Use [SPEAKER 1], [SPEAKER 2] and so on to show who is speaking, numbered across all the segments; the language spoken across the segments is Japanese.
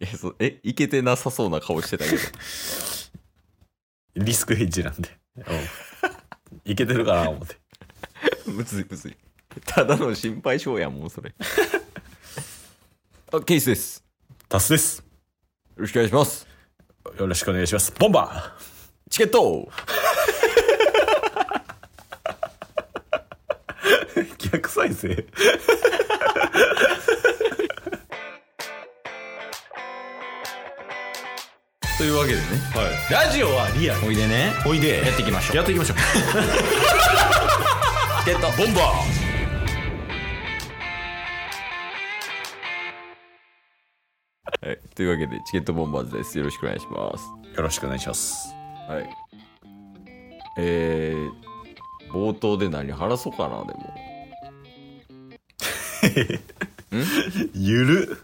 [SPEAKER 1] え、そうえ、いけてなさそうな顔してた けど。
[SPEAKER 2] リスクヘッジなんで。うんいけてるかな思って。
[SPEAKER 1] むずいむずい。ただの心配性やもん、それ。あ、ケースです。
[SPEAKER 2] タスです。
[SPEAKER 1] よろしくお願いします。
[SPEAKER 2] よろしくお願いします。ボンバ
[SPEAKER 1] チケット
[SPEAKER 2] ー逆再生
[SPEAKER 1] というわけでね、
[SPEAKER 2] はい。ラジオはリアル。
[SPEAKER 1] おいでね、
[SPEAKER 2] おいで。
[SPEAKER 1] やっていきましょう。
[SPEAKER 2] やっていきましょう。
[SPEAKER 1] チケットボンバーはい、というわけで、チケットボンバーズです。よろしくお願いします。
[SPEAKER 2] よろしくお願いします。
[SPEAKER 1] はい。えー、冒頭で何話そうかな、でも。
[SPEAKER 2] ゆる。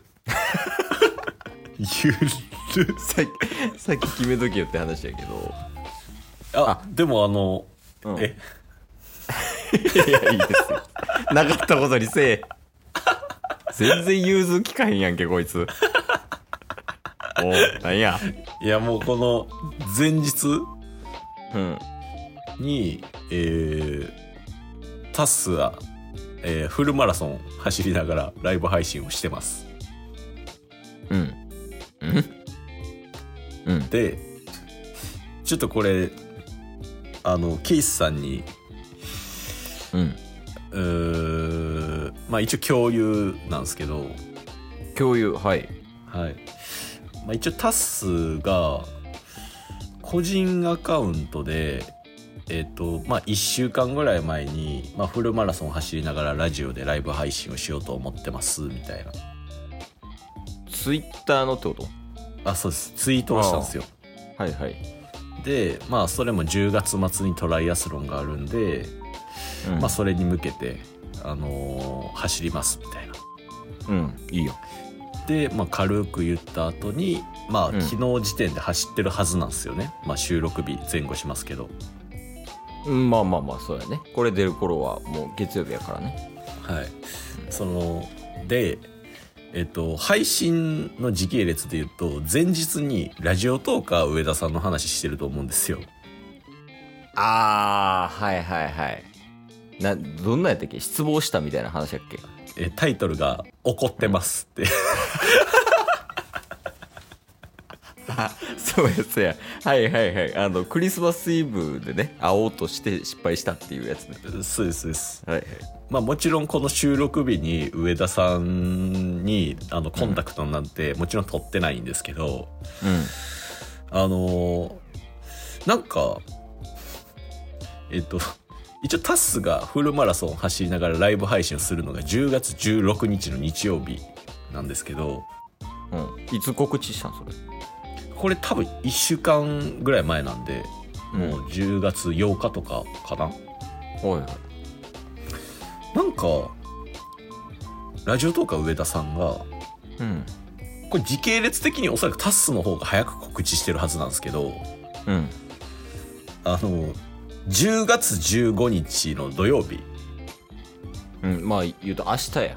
[SPEAKER 2] ゆる。
[SPEAKER 1] さっき、さっき決めとけよって話やけど。
[SPEAKER 2] あ、でもあの、
[SPEAKER 1] うん
[SPEAKER 2] え、
[SPEAKER 1] いや、いいですよ。なかったことにせえ。全然融通きかへんやんけ、こいつ。おう、なんや。
[SPEAKER 2] いやもうこの前日
[SPEAKER 1] うん。
[SPEAKER 2] に、えー、タスは、えーフルマラソン走りながらライブ配信をしてます
[SPEAKER 1] うん。うんうん。
[SPEAKER 2] でちょっとこれあのケイスさんに
[SPEAKER 1] うん。
[SPEAKER 2] うーまあ一応共有なんですけど、
[SPEAKER 1] 共有、はい。
[SPEAKER 2] はいまあ、一応タスが個人アカウントでえっ、とまあ1週間ぐらい前に、まあ、フルマラソン走りながらラジオでライブ配信をしようと思ってますみたいな
[SPEAKER 1] ツイッターのってこと
[SPEAKER 2] あそうですツイートをしたんですよ
[SPEAKER 1] はいはい。
[SPEAKER 2] でまあそれも10月末にトライアスロンがあるんで、
[SPEAKER 1] うん、
[SPEAKER 2] まあ、それに向けて、あのー走りますみたいな
[SPEAKER 1] うん、いいよ。
[SPEAKER 2] で、まあ、軽く言った後にまあ
[SPEAKER 1] うん
[SPEAKER 2] 昨日時点で走ってるはずなんですよね、まあ、収録日前後しますけど
[SPEAKER 1] うんまあまあまあ、そうやね。これ出る頃はもう月曜日やからね。
[SPEAKER 2] はいそのでえっと配信の時系列で言うと前日にラジオトーカー上田さんの話してると思うんですよ
[SPEAKER 1] あー、はいはいはい。な、どんなんやったっけ失望したみたいな話やっけ
[SPEAKER 2] えタイトルが「怒ってます」って
[SPEAKER 1] そうやつや。はいはいはい。あの、クリスマスイブでね、会おうとして失敗したっていうやつね。
[SPEAKER 2] そうですそうです
[SPEAKER 1] はいはい。
[SPEAKER 2] まあ、もちろんこの収録日に上田さんにあのコンタクトなんてもちろん取ってないんですけど、あのーなんかえっと一応タスがフルマラソンを走りながらライブ配信をするのが10月16日の日曜日なんですけど
[SPEAKER 1] うん。うん。いつ告知したんそれ。
[SPEAKER 2] これ多分1週間ぐらい前なんでもう10月8日とかかな、
[SPEAKER 1] おいはい。
[SPEAKER 2] なんかラジオトーカー上田さんが
[SPEAKER 1] うん。
[SPEAKER 2] これ時系列的におそらくタッスの方が早く告知してるはずなんですけど
[SPEAKER 1] うん。
[SPEAKER 2] あの10月15日の土曜日
[SPEAKER 1] うん。まあ、言うと明日や。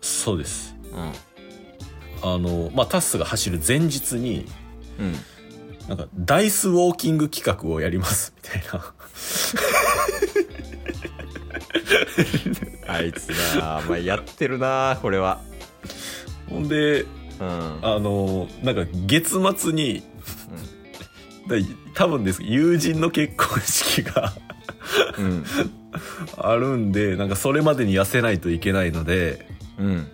[SPEAKER 2] そうです
[SPEAKER 1] うん。
[SPEAKER 2] あの、まあ、タッスが走る前日に
[SPEAKER 1] うん。
[SPEAKER 2] なんかダイスウォーキング企画をやりますみたいな
[SPEAKER 1] あいつな、まあ、やってるな、これは。
[SPEAKER 2] ほんで
[SPEAKER 1] うん。
[SPEAKER 2] あのなんか月末に、だ多分です友人の結婚式が
[SPEAKER 1] うん。
[SPEAKER 2] あるんでなんかそれまでに痩せないといけないので
[SPEAKER 1] うん。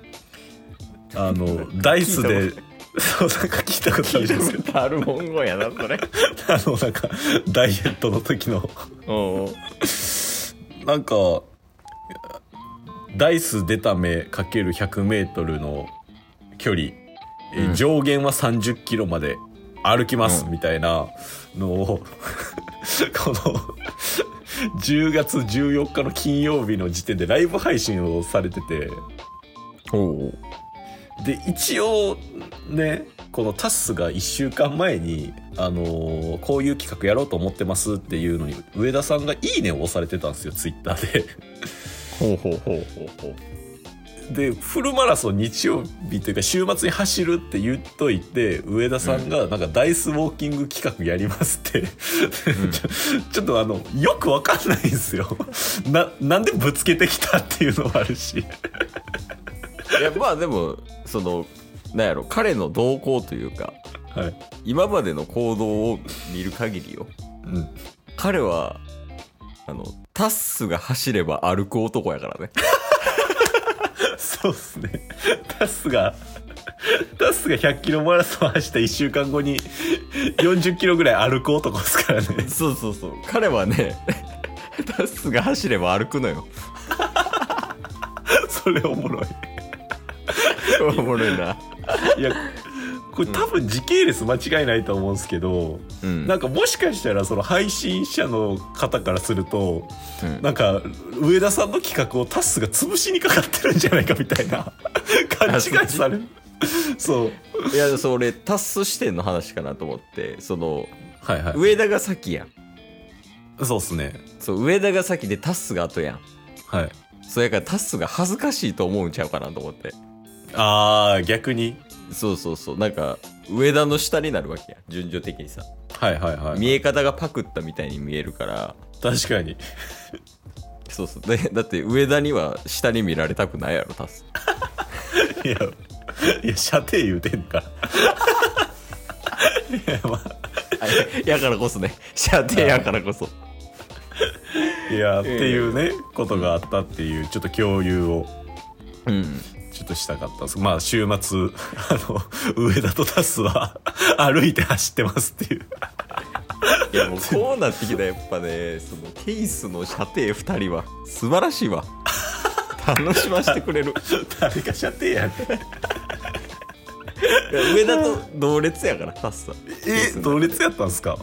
[SPEAKER 2] あのダイスでそうなんか聞いたことあるんですけど
[SPEAKER 1] ある文言やな、それ。
[SPEAKER 2] あのなんかダイエットの時の
[SPEAKER 1] おう
[SPEAKER 2] なんかダイス出た目 ×100m の距離、えー
[SPEAKER 1] うん
[SPEAKER 2] 上限は3 0キロまで歩きます
[SPEAKER 1] う
[SPEAKER 2] みたいなのを この10月14日の金曜日の時点でライブ配信をされてて
[SPEAKER 1] おう。
[SPEAKER 2] で一応ねこのタスが1週間前に、あのーこういう企画やろうと思ってますっていうのに上田さんが「いいね」を押されてたんですよツイッターで。
[SPEAKER 1] ほうほうほうほうほう。
[SPEAKER 2] でフルマラソン日曜日というか週末に走るって言っといて上田さんがなんかダイスウォーキング企画やりますって、 ちょちょっとあのよくわかんないんですよ ななんでぶつけてきたっていうのもあるし
[SPEAKER 1] いやまあでもそのなんやろ彼の動向というか
[SPEAKER 2] はい、
[SPEAKER 1] 今までの行動を見る限りよ
[SPEAKER 2] うん、
[SPEAKER 1] 彼はあのタッスが走れば歩く男やからね
[SPEAKER 2] そうっすねタスがタスが100キロマラソン走った1週間後に40キロぐらい歩く男ですからね
[SPEAKER 1] そうそうそう彼はね タッスが走れば歩くの よ
[SPEAKER 2] それおもろい
[SPEAKER 1] おもろいない
[SPEAKER 2] やこれ多分時系列間違いないと思うんですけど、
[SPEAKER 1] うん
[SPEAKER 2] なんかもしかしたらその配信者の方からすると、
[SPEAKER 1] うん
[SPEAKER 2] なんか上田さんの企画をタスが潰しにかかってるんじゃないかみたいな 勘違いされるそう
[SPEAKER 1] いやそれタッス視点の話かなと思ってその
[SPEAKER 2] はいは
[SPEAKER 1] 上田が先やん
[SPEAKER 2] そうっすね
[SPEAKER 1] そう上田が先でタッスが後やん
[SPEAKER 2] はい
[SPEAKER 1] そうやからタッスが恥ずかしいと思うんちゃうかなと思って
[SPEAKER 2] あー逆に
[SPEAKER 1] そうそうそうなんか上田の下になるわけやん順序的にさ
[SPEAKER 2] はいはいは
[SPEAKER 1] 見え方がパクったみたいに見えるから
[SPEAKER 2] 確かに
[SPEAKER 1] そうそうで だって上田には下に見られたくないやろタス
[SPEAKER 2] いやいや射程言うてんからいやまあ
[SPEAKER 1] やからこそね射程やからこそ
[SPEAKER 2] いやっていうねことがあったっていうちょっと共有を
[SPEAKER 1] うん
[SPEAKER 2] ちょっとしたかったですまあ週末あの上田とタスは歩いて走ってますっていう
[SPEAKER 1] い やもうこうなってきたらやっぱねそのケースの射程2人は素晴らしいわ楽しませてくれる
[SPEAKER 2] 誰か射程やね
[SPEAKER 1] いや上田と同列やからタスさん
[SPEAKER 2] え同列やったんすか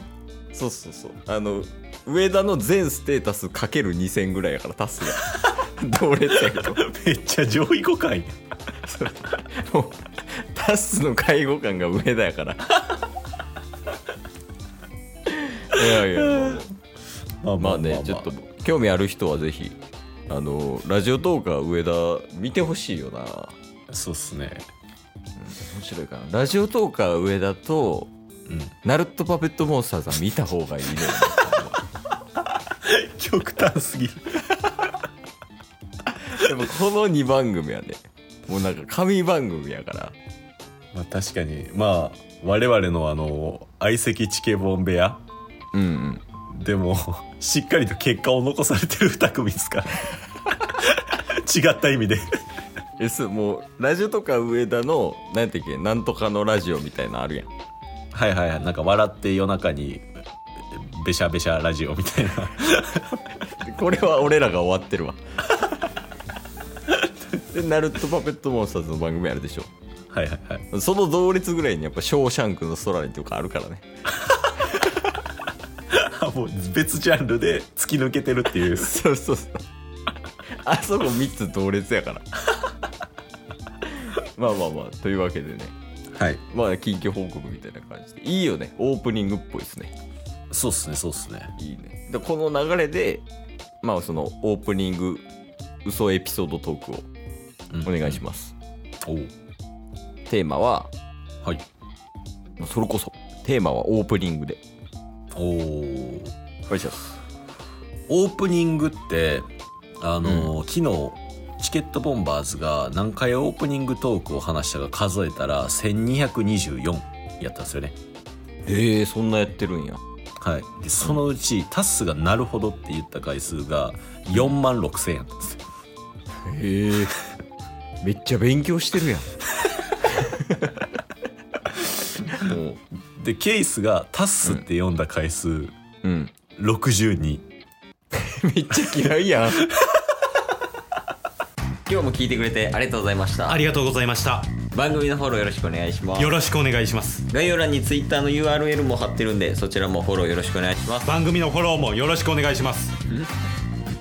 [SPEAKER 1] そうそうそうあの上田の全ステータスかける2000ぐらいやからタス が同列やけど
[SPEAKER 2] めっちゃ上位互換や
[SPEAKER 1] もうタスの介護官が上田やからいやいや
[SPEAKER 2] まあ
[SPEAKER 1] まあねちょっと興味ある人はぜひあのラジオトーカー上田見てほしいよな
[SPEAKER 2] そうっすね
[SPEAKER 1] 面白いかなラジオトーカー上田と
[SPEAKER 2] うん
[SPEAKER 1] ナルトパペットモンスターさん見た方がいいね
[SPEAKER 2] 極端すぎる
[SPEAKER 1] でもこの2番組はねもうなんか神番組やから
[SPEAKER 2] まあ確かにまあ我々のあの相席チケボン部屋
[SPEAKER 1] うんうん
[SPEAKER 2] でもしっかりと結果を残されてる2組です から違った意味で
[SPEAKER 1] えそうもうラジオとか上田の何ていうっけなんとかのラジオみたいなのあるやん
[SPEAKER 2] はいはいはいなんか笑って夜中にべしゃべしゃラジオみたいな
[SPEAKER 1] これは俺らが終わってるわでナルトパペットモンスターズの番組あるでしょ
[SPEAKER 2] はいはいはい
[SPEAKER 1] その同列ぐらいにやっぱ「ショーシャンクの空に」とかあるからね
[SPEAKER 2] あもう別ジャンルで突き抜けてるっていう
[SPEAKER 1] そうそうそうあそこ3つ同列やからまあまあまあというわけでね
[SPEAKER 2] はい
[SPEAKER 1] まあ近況報告みたいな感じでいいよねオープニングっぽいですね
[SPEAKER 2] そうっすねそうっすね
[SPEAKER 1] いいねでこの流れでまあそのオープニング嘘エピソードトークをお願いします、
[SPEAKER 2] すおう
[SPEAKER 1] テーマは
[SPEAKER 2] はい
[SPEAKER 1] まあそれこそテーマはオープニングで
[SPEAKER 2] おお
[SPEAKER 1] よいしょ
[SPEAKER 2] オープニングってあの、昨日チケットボンバーズが何回オープニングトークを話したか数えたら1224やったんですよね
[SPEAKER 1] へえそんなやってるんや
[SPEAKER 2] はいでそのうちタスが「なるほど」って言った回数が4万6000やったんですよ
[SPEAKER 1] へえめっちゃ勉強してるやんもう
[SPEAKER 2] でケイスが「タッス」って読んだ回数
[SPEAKER 1] うん
[SPEAKER 2] 62、
[SPEAKER 1] めっちゃ嫌いやん今日も聞いてくれてありがとうございました
[SPEAKER 3] ありがとうございました。
[SPEAKER 1] 番組のフォローよろしくお願いします
[SPEAKER 3] よろしくお願いします。
[SPEAKER 1] 概要欄に Twitter の URL も貼ってるんでそちらもフォローよろしくお願いします
[SPEAKER 3] 番組のフォローもよろしくお願いします。